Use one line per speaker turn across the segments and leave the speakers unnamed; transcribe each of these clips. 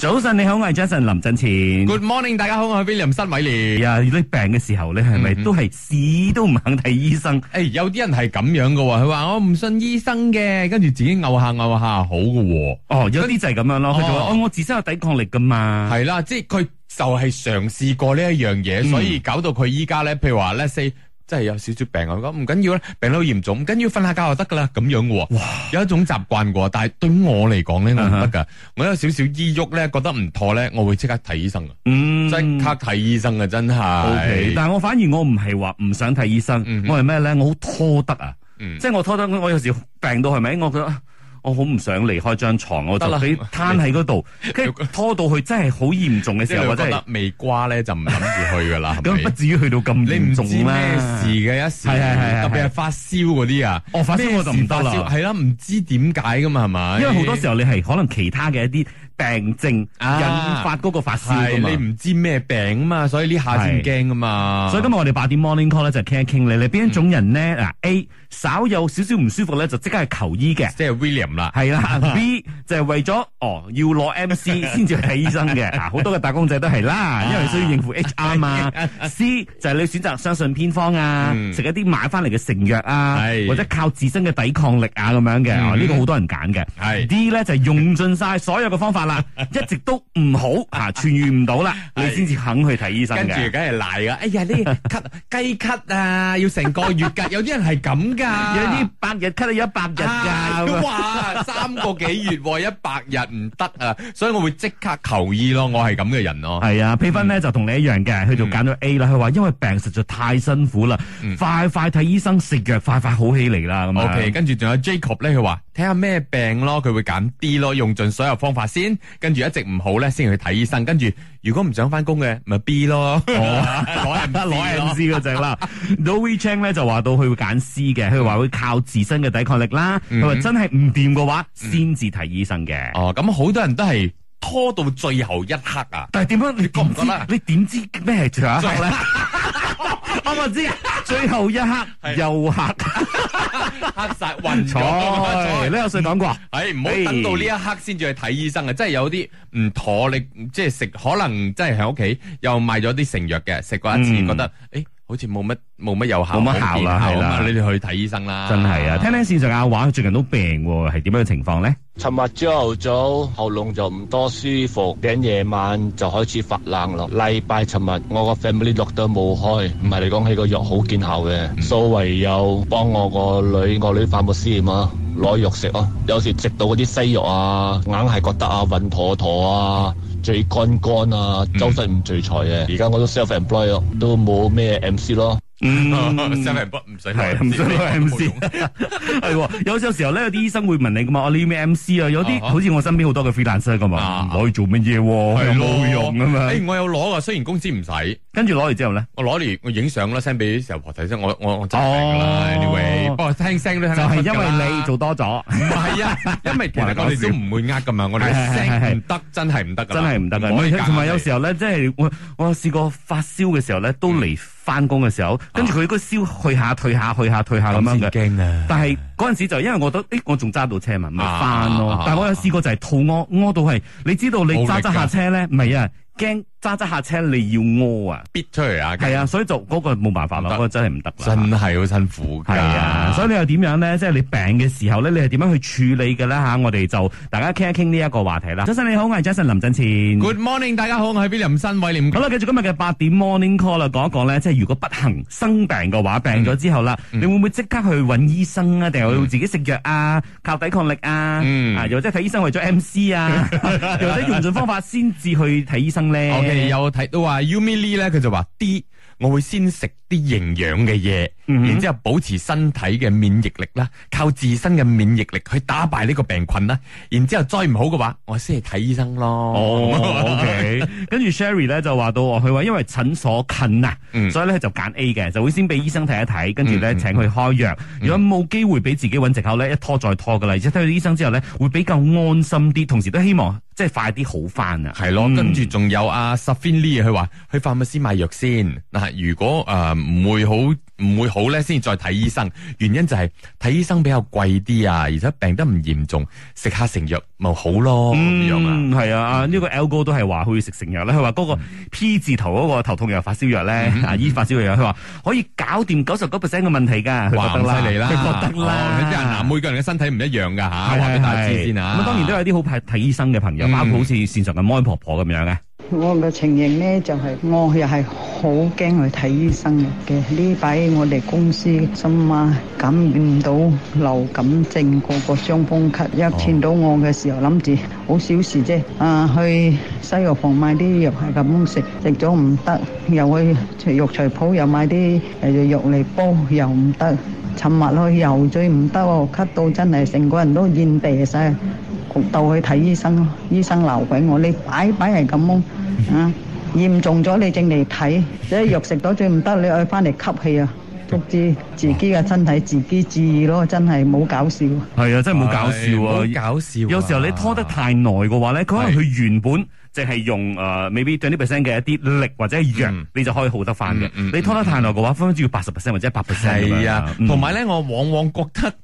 早晨你好，我係 Jason 林振前。哎
Good morning，大家好，我係 William 新偉廉。
呀，你病嘅時候咧，係
嗯
咪都係屎都唔肯睇醫生？
誒、哎有啲人係咁樣噶喎，佢話我唔信醫生嘅，跟住自己嘔下嘔下好噶喎。
哦，有啲就係咁樣咯。佢就話：
哦
哦，我自身有抵抗力噶嘛。
係啦，即係佢就係嘗試過呢一樣嘢，
嗯
所以搞到佢依家咧，譬如話咧 say 真係有少少病啊，咁唔緊要啦，病得好嚴重，唔緊要瞓下覺就得噶啦，咁樣嘅喎。有一種習慣嘅喎，但係對於我嚟講咧，
Uh-huh
我唔得噶，我有少少醫鬱咧，覺得唔妥咧，我會即刻睇醫生啊，
嗯，
即刻睇醫生啊，真係。
O K，但係我反而我唔係話唔想睇醫生，
嗯哼
我係咩咧？我好拖得啊，
嗯
即係我拖得，我有時病到係咪？我覺得啊我好唔想離開張床，我就
得啦
俾攤喺嗰 度，跟住拖到去真係好嚴重嘅時
即係
候，
你
我
會
真係
覺得未瓜咧，就唔諗住去噶啦，係
咁
咪
不？至於去到咁
你唔
嚴
知
重
咩
啦。
事嘅一時，
係係係係
特別係發燒嗰啲啊，
哦發燒
咩
我就唔得啦
事發燒係啦，唔知點解噶嘛，係咪？
因為好多時候你係可能其他嘅一啲病症引
啊
發嗰個發燒㗎嘛
係你唔啊知咩病啊嘛，所以呢下先驚噶嘛。
所以今日我哋八點 morning call 咧就傾一傾你，你邊一種人咧嗱 A 稍有少少唔舒服咧就即刻係求醫嘅，
即係 William 啦，
係 啦 B 就係為咗哦要攞 MC 先至去睇醫生嘅，嗱好多嘅打工仔都係
啊
啦，因為需要應 付 HR 嘛。C 就係你選擇相信偏方啊，
嗯
食一啲買翻嚟嘅成藥啊，
係
或者靠自身嘅抵抗力啊咁樣嘅，哦
嗯
呢個好多人揀嘅。
係
D 咧就係用盡晒所有嘅方法 啦，一直都唔好啊，痊愈唔到啦，你
係
先至肯去睇醫生
跟住
嘅。
梗係賴噶。哎呀，呢 咳雞咳啊，要成個月㗎。 有啲人係咁㗎，
有啲百日咳到一百日
啊
㗎，
哇，三個幾月喎，一百日唔得啊，所以我會即刻求醫咯。我係咁嘅人咯。
係啊，批分
嗯
咧就同你一樣嘅，佢就揀咗 A 啦。佢話因為病實在太辛苦啦，快快睇醫生，食藥快快好起嚟啦咁啊
O K，
樣。
嗯跟住仲有 Jacob 咧，佢話睇下咩病咯，佢會揀 D 咯，用盡所有方法先，跟住一直唔好咧，先去睇醫生。跟住如果唔想翻工嘅，咪 B 咯， 攞 M
得
C
攞
咯
MC 嗰只 啦 d o w e Chang 咧就話到佢會揀 C 嘅，佢話會靠自身嘅抵抗力啦。佢話真係唔掂嘅話，先至睇醫生嘅。
嗯哦，咁好多人都係拖到最後一刻啊！
但係點樣？你
覺唔覺得啊
你點知咩係最後一刻咧？我咪知，最後一刻
係
遊客
黑晒暈 咗，
彩，呢有信講過。
係哎唔好等到呢一刻先至去睇醫生啊！真係有啲唔妥，你即係食可能真係喺屋企又買咗啲成藥嘅，食過一次
嗯
覺得誒好似冇乜冇乜有效，
冇乜效啦
冇
係
見
啦
咁啊你哋去睇醫生啦，
真係啊！聽聽線上嘅阿華，佢最近都病喎，係點樣嘅情況咧？
尋日朝頭早喉嚨就唔多舒服，頂夜晚就開始發冷咯。禮拜尋日我個 family 落都冇開，唔係嚟講起個藥好見效嘅，所以唯有幫我個女，我女發冇思炎啊，攞藥食咯。有時食到嗰啲西藥啊，硬係覺得啊暈陀陀啊。嘴乾乾啊，周身唔聚財嘅，而家我都 self employed 咯，都冇咩 MC 咯。
嗯
真係不唔使
係唔需要 M C，係 喎有有時候咧，有啲醫生會問你噶嘛，我你要咩 M C 啊？有啲
啊哈
好似我身邊好多嘅 freelancer 噶嘛
啊，
攞去做乜嘢喎？又冇用啊嘛。
誒，我有攞啊，雖然公司唔使，
跟住攞嚟之後咧，
我攞嚟我影相啦，send 俾時候婆睇先。我我我真係病㗎啦
哦
，anyway，不過聽聲都
就
聽得
係
出
因
㗎啦
為你做多咗，
唔係啊，因為其實我哋都唔會呃噶嘛，我哋
係係係係
聲唔得，真係唔得噶，
真係唔得
可以
㗎。
夾
同埋有
硬
時候咧，即係我我試過發燒嘅時候咧，
嗯
都嚟翻工嘅時候，跟住佢嗰燒去下退下去下退下咁樣嘅。
先驚啊！
但係嗰陣時就因為我覺得，誒我仲揸到車嘛，咪翻
啊啊
咯
啊。
但係我有試過就係肚屙，屙到係，你知道你揸揸下車咧，唔係啊，驚揸揸下車你要屙啊，
逼出嚟啊！
係啊，所以就嗰個冇辦法啦，嗰
唔得
個真係唔得
真
啦。
係好辛苦㗎。
係啊，所以你又點樣咧？即係你病嘅時候咧，你係點樣去處理嘅咧吓？我哋就大家傾一傾呢一個話題啦。早晨你好，我係 Jason 林振前。
Good morning，大家好，我係 William 新偉廉
好。啦，繼續今日嘅八點 morning call 啦，講一講咧，即係如果不幸生病嘅
嗯
話，病咗之後啦，你會唔會即刻去揾醫生啊？定係會自己食藥啊？靠抵抗力啊？
嗯
啊，又或者睇醫生為咗 MC 啊？又或者用盡方法先至去睇醫生咧
OK，有睇到話 Umi à, Lee 咧，佢就話 D，我會先食啲營養嘅嘢，
嗯哼
然之後保持身體嘅免疫力啦，靠自身嘅免疫力去打敗呢個病菌啦。然之後再唔好嘅話，我先去睇醫生咯。
哦，OK，跟 住 Sherry 咧就話到，哦佢話因為診所近啊，
嗯
所以咧就揀 A 嘅，就會先俾醫生睇一睇，跟住咧請佢開藥。如果冇機會俾自己揾藉口咧，一拖再拖噶啦，而且睇咗醫生之後咧，會比較安心啲，同時都希望即係快啲好翻啊！
系咯，
嗯
跟住仲有阿 s a f i n Lee，佢話去化物師買藥先。嗱，如果诶唔、會好唔會好咧，先再睇醫生。原因就係睇醫生比較貴啲啊，而且病得唔嚴重，食下成藥咪好咯咁樣啊。嗯
嗯，係啊，啊呢個 L 哥都係話佢要食成藥咧，佢話嗰個 P 字頭嗰個頭痛藥、發燒藥咧，啊醫發燒藥，佢話可以搞掂九十九 percent 嘅問題㗎，佢
哇，
覺得啦
咁犀利啦，
佢覺得
哦你
啦，
知啊，嗱，每個人嘅身體唔一樣噶吓，話俾大家知先啊。
咁當然都有啲好睇睇醫生嘅朋友，
嗯
包括好似線上嘅妹婆婆咁樣嘅。
我嘅情形呢，就係、我又係好驚去睇醫生嘅。呢排我哋公司心媽感染到流感症，個個傷風咳。一見到我嘅時候，諗住好小事啫，啊去西藥房買啲藥係咁食，食咗唔得，又去隨藥材鋪又買啲誒藥嚟煲，又唔得。尋日去又追唔得喎，咳到真係成個人都現鼻晒。焗到去睇醫生咯，醫生鬧鬼我，你擺擺係咁蒙啊！嚴重咗你正嚟睇，你藥食咗最唔得，你去翻嚟吸氣啊！足之自己嘅身體自己注意咯，真係冇搞笑。
係啊，真係冇搞
唉
笑啊！
冇搞笑啊。
有時候你拖得太耐嘅話咧，佢可能佢原本淨係用誒 maybe 20 percent 嘅一啲力或者係藥
嗯，
你就可以好得翻嘅
嗯嗯。
你拖得太耐嘅話，分分鐘要八十 percent 或者一百 percent 嗯
係啊，同埋咧，我往往覺得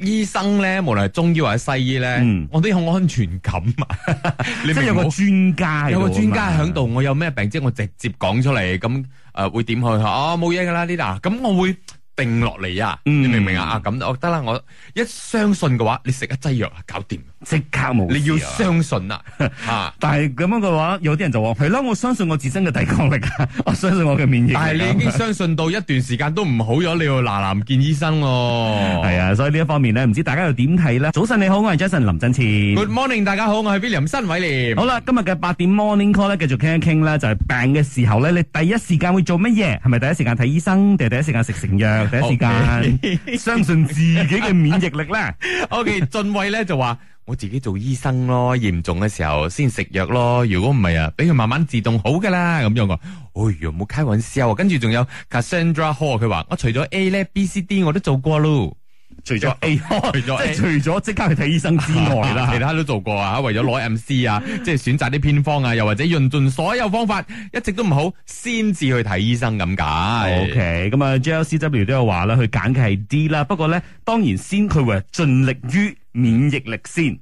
醫生咧，無論係中醫或者西醫咧，
嗯
我都有安全感 啊。你
即係
明
有個
冇
專家喺
有
度啊嘛，
個專家喺度，我有咩病即係我直接講出嚟，咁誒、呃、會點去？哦，冇嘢噶啦呢嗱，咁我會定落嚟啊，
嗯
你明唔明啊？啊咁我得啦，我一相信嘅話，你食一劑藥搞掂，
即刻冇事啊。
你要相信啊，啊！
但係咁樣嘅話，有啲人就話係啦，我相信我自身嘅抵抗力啊， 我相信我嘅免疫力啊。
但係你已經相信到一段時間都唔好咗，你要嗱嗱見醫生 咯。
係啊，所以呢一方面咧，唔知大家又點睇咧？早晨你好，我係 Jason 林振前。
Good morning，大家好，我係 William 新偉廉。
好啦，今日嘅八點 morning call 咧，繼續傾一傾啦，就係、病嘅時候咧，你第一時間會做乜嘢？係咪第一時間睇醫生，定係第一時間食成 藥，第一時間相信自己嘅免疫力 咧？
O.K. 俊偉咧就話：我自己做醫生咯，嚴重嘅時候先食藥咯。如果唔係啊，俾佢慢慢自動好噶啦。咁樣講，哎呀，冇開玩笑啊！跟住仲有 Cassandra Hall，佢話：我除咗 A 咧，B、C、D 我都做過咯。
除咗 A 開，
除咗 A
即係 除咗即刻去睇醫生之外啦
其。他都做過啊，為咗攞 M.C. 啊，即係選擇啲偏方啊，又或者用盡所有方法，一直都唔好，先至去睇醫生咁解。
O K，咁啊 J L C W 都有話啦，佢揀嘅係 D 啦。不過咧，當然先佢會係盡力於免疫力先。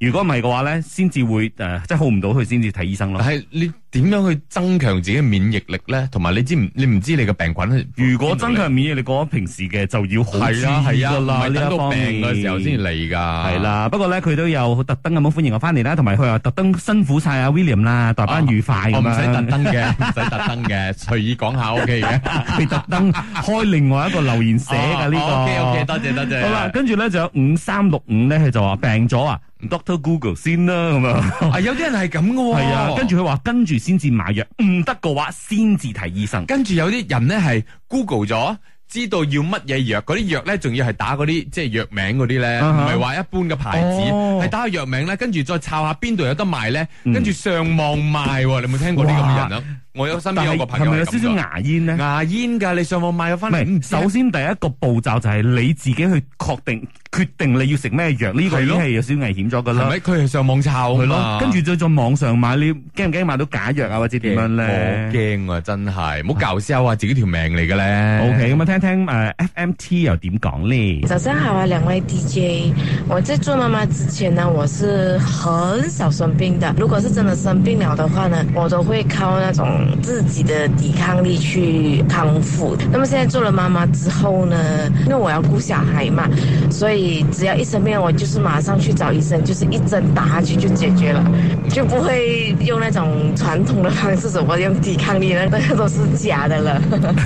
如果唔係嘅話咧，先至會誒、呃即係好唔到佢先至睇醫生咯
但。係你點樣去增強自己嘅免疫力咧？同埋你知唔你唔知你嘅病菌係
如果增
邊度嚟
強免疫力嘅話，平時嘅就要好注
系啊
意
系啊，
噶
唔
啦，
係
呢
等
一
到
方
病
面
嘅時候先嚟啊噶。
係，啦，不過咧佢都有特登咁樣歡迎我翻嚟啦，同埋佢又特登辛苦晒阿 William 啦，大班愉快咁
我哦唔使特
樣，
登嘅， 唔使特登嘅，隨意講下 OK 嘅。
佢特登開另外一個留言寫嘅呢個。
OK OK，多謝多謝。
好啦，，跟住咧就有五三六五咧，佢就話病咗啊，Doctor
嗯
Google 先啦咁啊，
啊有啲人係咁嘅喎。
係啊，跟住佢話跟住先至買藥，唔得嘅話先至睇醫生。
跟住有啲人咧係 Google 咗。知道要乜嘢藥，嗰啲藥咧仲要係打嗰啲即係藥名嗰啲咧，
啊
唔
哈
係話一般嘅牌子，
哦
係打個藥名咧，跟住再抄下邊度有得賣咧，跟住上網賣喎。你有冇聽過呢咁嘅人啊？我有身
但
邊有個
係
朋
係
友
咪有
係
少
咁
少
㗎
牙煙咧？
牙煙㗎，你上網買咗
唔
翻嚟，
係，
唔知啊
首先第一個步驟就係你自己去確定決定你要食咩藥，呢個已經係有少少危險咗噶
係
啦
咪。佢係上網抄啊
係
㗎
咯
嘛，
跟住再在網上買，你驚唔驚買到假藥啊，或者點樣咧？
我驚啊，真係，唔好教燒啊，自己條命嚟嘅咧。
O K，咁啊，聽聽誒 F M T 又點講咧？
早上好啊，两位 DJ。我在做妈妈之前呢，我是很少生病的。如果是真的生病了的话呢，我都会靠那种自己的抵抗力去康复。那么现在做了妈妈之后呢，因为我要顾小孩嘛，所以只要一生病，我就是马上去找医生，就是一针打下去就解决了，就不会用那种传统的方式，怎么用抵抗力呢？那个都是假的了。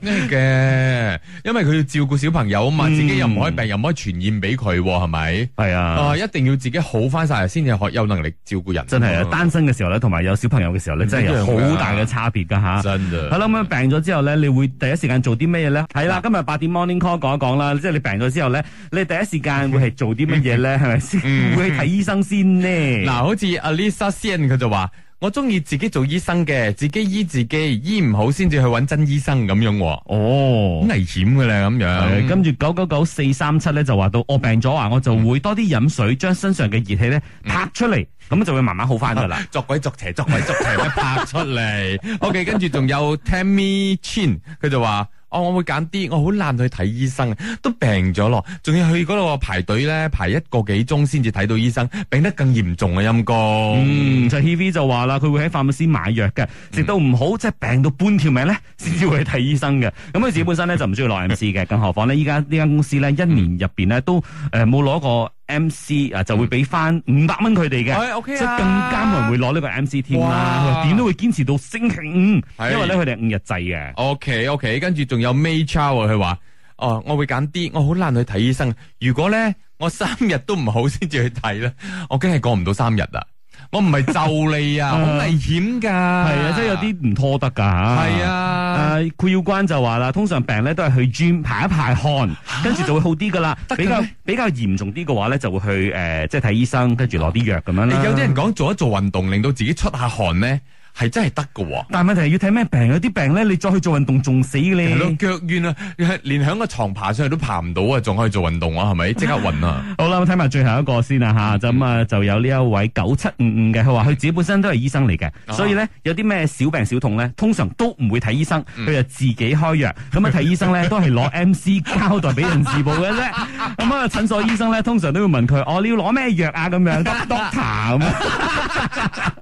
咩嘅？因為佢要照顧小朋友啊嘛，
嗯
自己又唔可以病，又唔可以傳染俾佢喎，係咪？
係啊。
啊，一定要自己好翻晒，先至可有能力照顧人。
真係啊，單身嘅時候咧，同埋有小朋友嘅時候咧，真係有好大嘅差別噶吓。
真啊 嘅
係啦，咁樣病咗之後咧，你會第一時間做啲咩嘢咧？係啦，今日八點 morning call 講一講啦，即係你病咗之後咧，你第一時間會係做啲乜嘢咧？係咪先？會去睇醫生先呢？
嗱，好似 Alisa Sen 佢就話：我中意自己做醫生嘅，自己醫自己，醫唔好先至去揾真醫生咁樣喎，好
哦。
危險嘅咧咁
誒
樣。
跟住九九九四三七咧就話到我病咗
嗯
啊，我就會多啲飲水，將身上嘅熱氣咧拍出嚟，咁就會慢慢好翻噶啦。
作鬼作邪，作鬼作邪，一拍出嚟。OK，跟住仲有 Tammy Chin，佢就話：哦，我會揀啲，我好懶去睇醫生，都病咗咯，仲要去嗰度排隊咧，排一個幾鐘先至睇到醫生，病得更嚴重啊陰公。
嗯，就 Hebe 就話啦，佢會喺化驗師買藥
嗯
嘅，食到唔好即係病到半條命咧， 先至會去睇醫生嘅。咁佢自己本身咧就唔需要攞 MC
嗯
嘅，更何況呢，依家呢間公司咧一年入邊咧都誒冇攞過 MC 啊，就會俾翻五百蚊佢哋嘅。
嗯哎，OK
即係
啊
更加冇人會攞呢個 MC 添啦，
哇
佢話點都會堅持到星期五，
係
因為咧佢哋係五日制嘅。
OK OK，跟住仲有 May Chow 啊，佢話：哦，我會揀啲，我好難去睇醫生。如果咧我三日都唔好先至去睇咧，我梗係過唔到三日啦。我唔係就 你啊，好
嗯
危險㗎。係
係啊，即係有啲唔拖得㗎嚇。
係啊，
誒，佢要關就話啦，通常病咧都係去 gym 排一排汗，
啊
跟住就會好啲噶啦。比較比較嚴重啲嘅話咧，就會去誒、呃即係睇醫生，跟住攞啲藥咁樣啦。
有啲人，講做一做運動，令到自己出下汗咧，係真係得㗎喎。
但係問題係要睇咩病，有啲病咧，你再去做運動仲死嘅咧
係。咯，腳軟啊， 連喺個床爬上去都爬唔到啊，仲可以做運動啊，係 咪？即刻暈啊！
好啦，我睇埋最後一個先啦
嗯
吓，咁啊就有呢一位九七五五嘅，佢話佢自己本身都係醫生嚟嘅，
啊
所以咧有啲咩小病小痛咧，通常都唔會睇醫生，
嗯
佢就自己開藥。咁啊睇醫生 咧都係攞 M C 膠袋俾人事部嘅啫。咁啊診所醫生咧通常都會問佢，哦你要攞咩藥啊咁 樣 doctor 咁啊。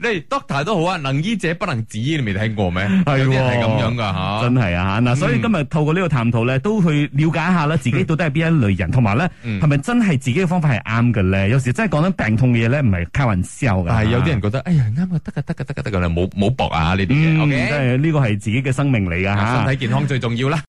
你 doctor 都好啊，能醫者不能自醫，你未聽過咩？
係喎
有啲人係咁樣㗎吓。
真係啊
嗯
嗱，所以今日透過呢個探討咧，都去了解一下啦，自己到底係邊一類人，同埋咧
嗯
係咪真係自己嘅方法係啱嘅咧？有時真係講緊病痛嘅嘢咧，唔係開玩笑㗎。
但係有啲人覺得，哎呀，啱啊，得噶，得噶，得噶，得噶啦，冇冇搏啊呢啲嘢
嗯，
，OK，啊
真係呢個係自己嘅生命嚟噶吓。
身體健康最重要啦。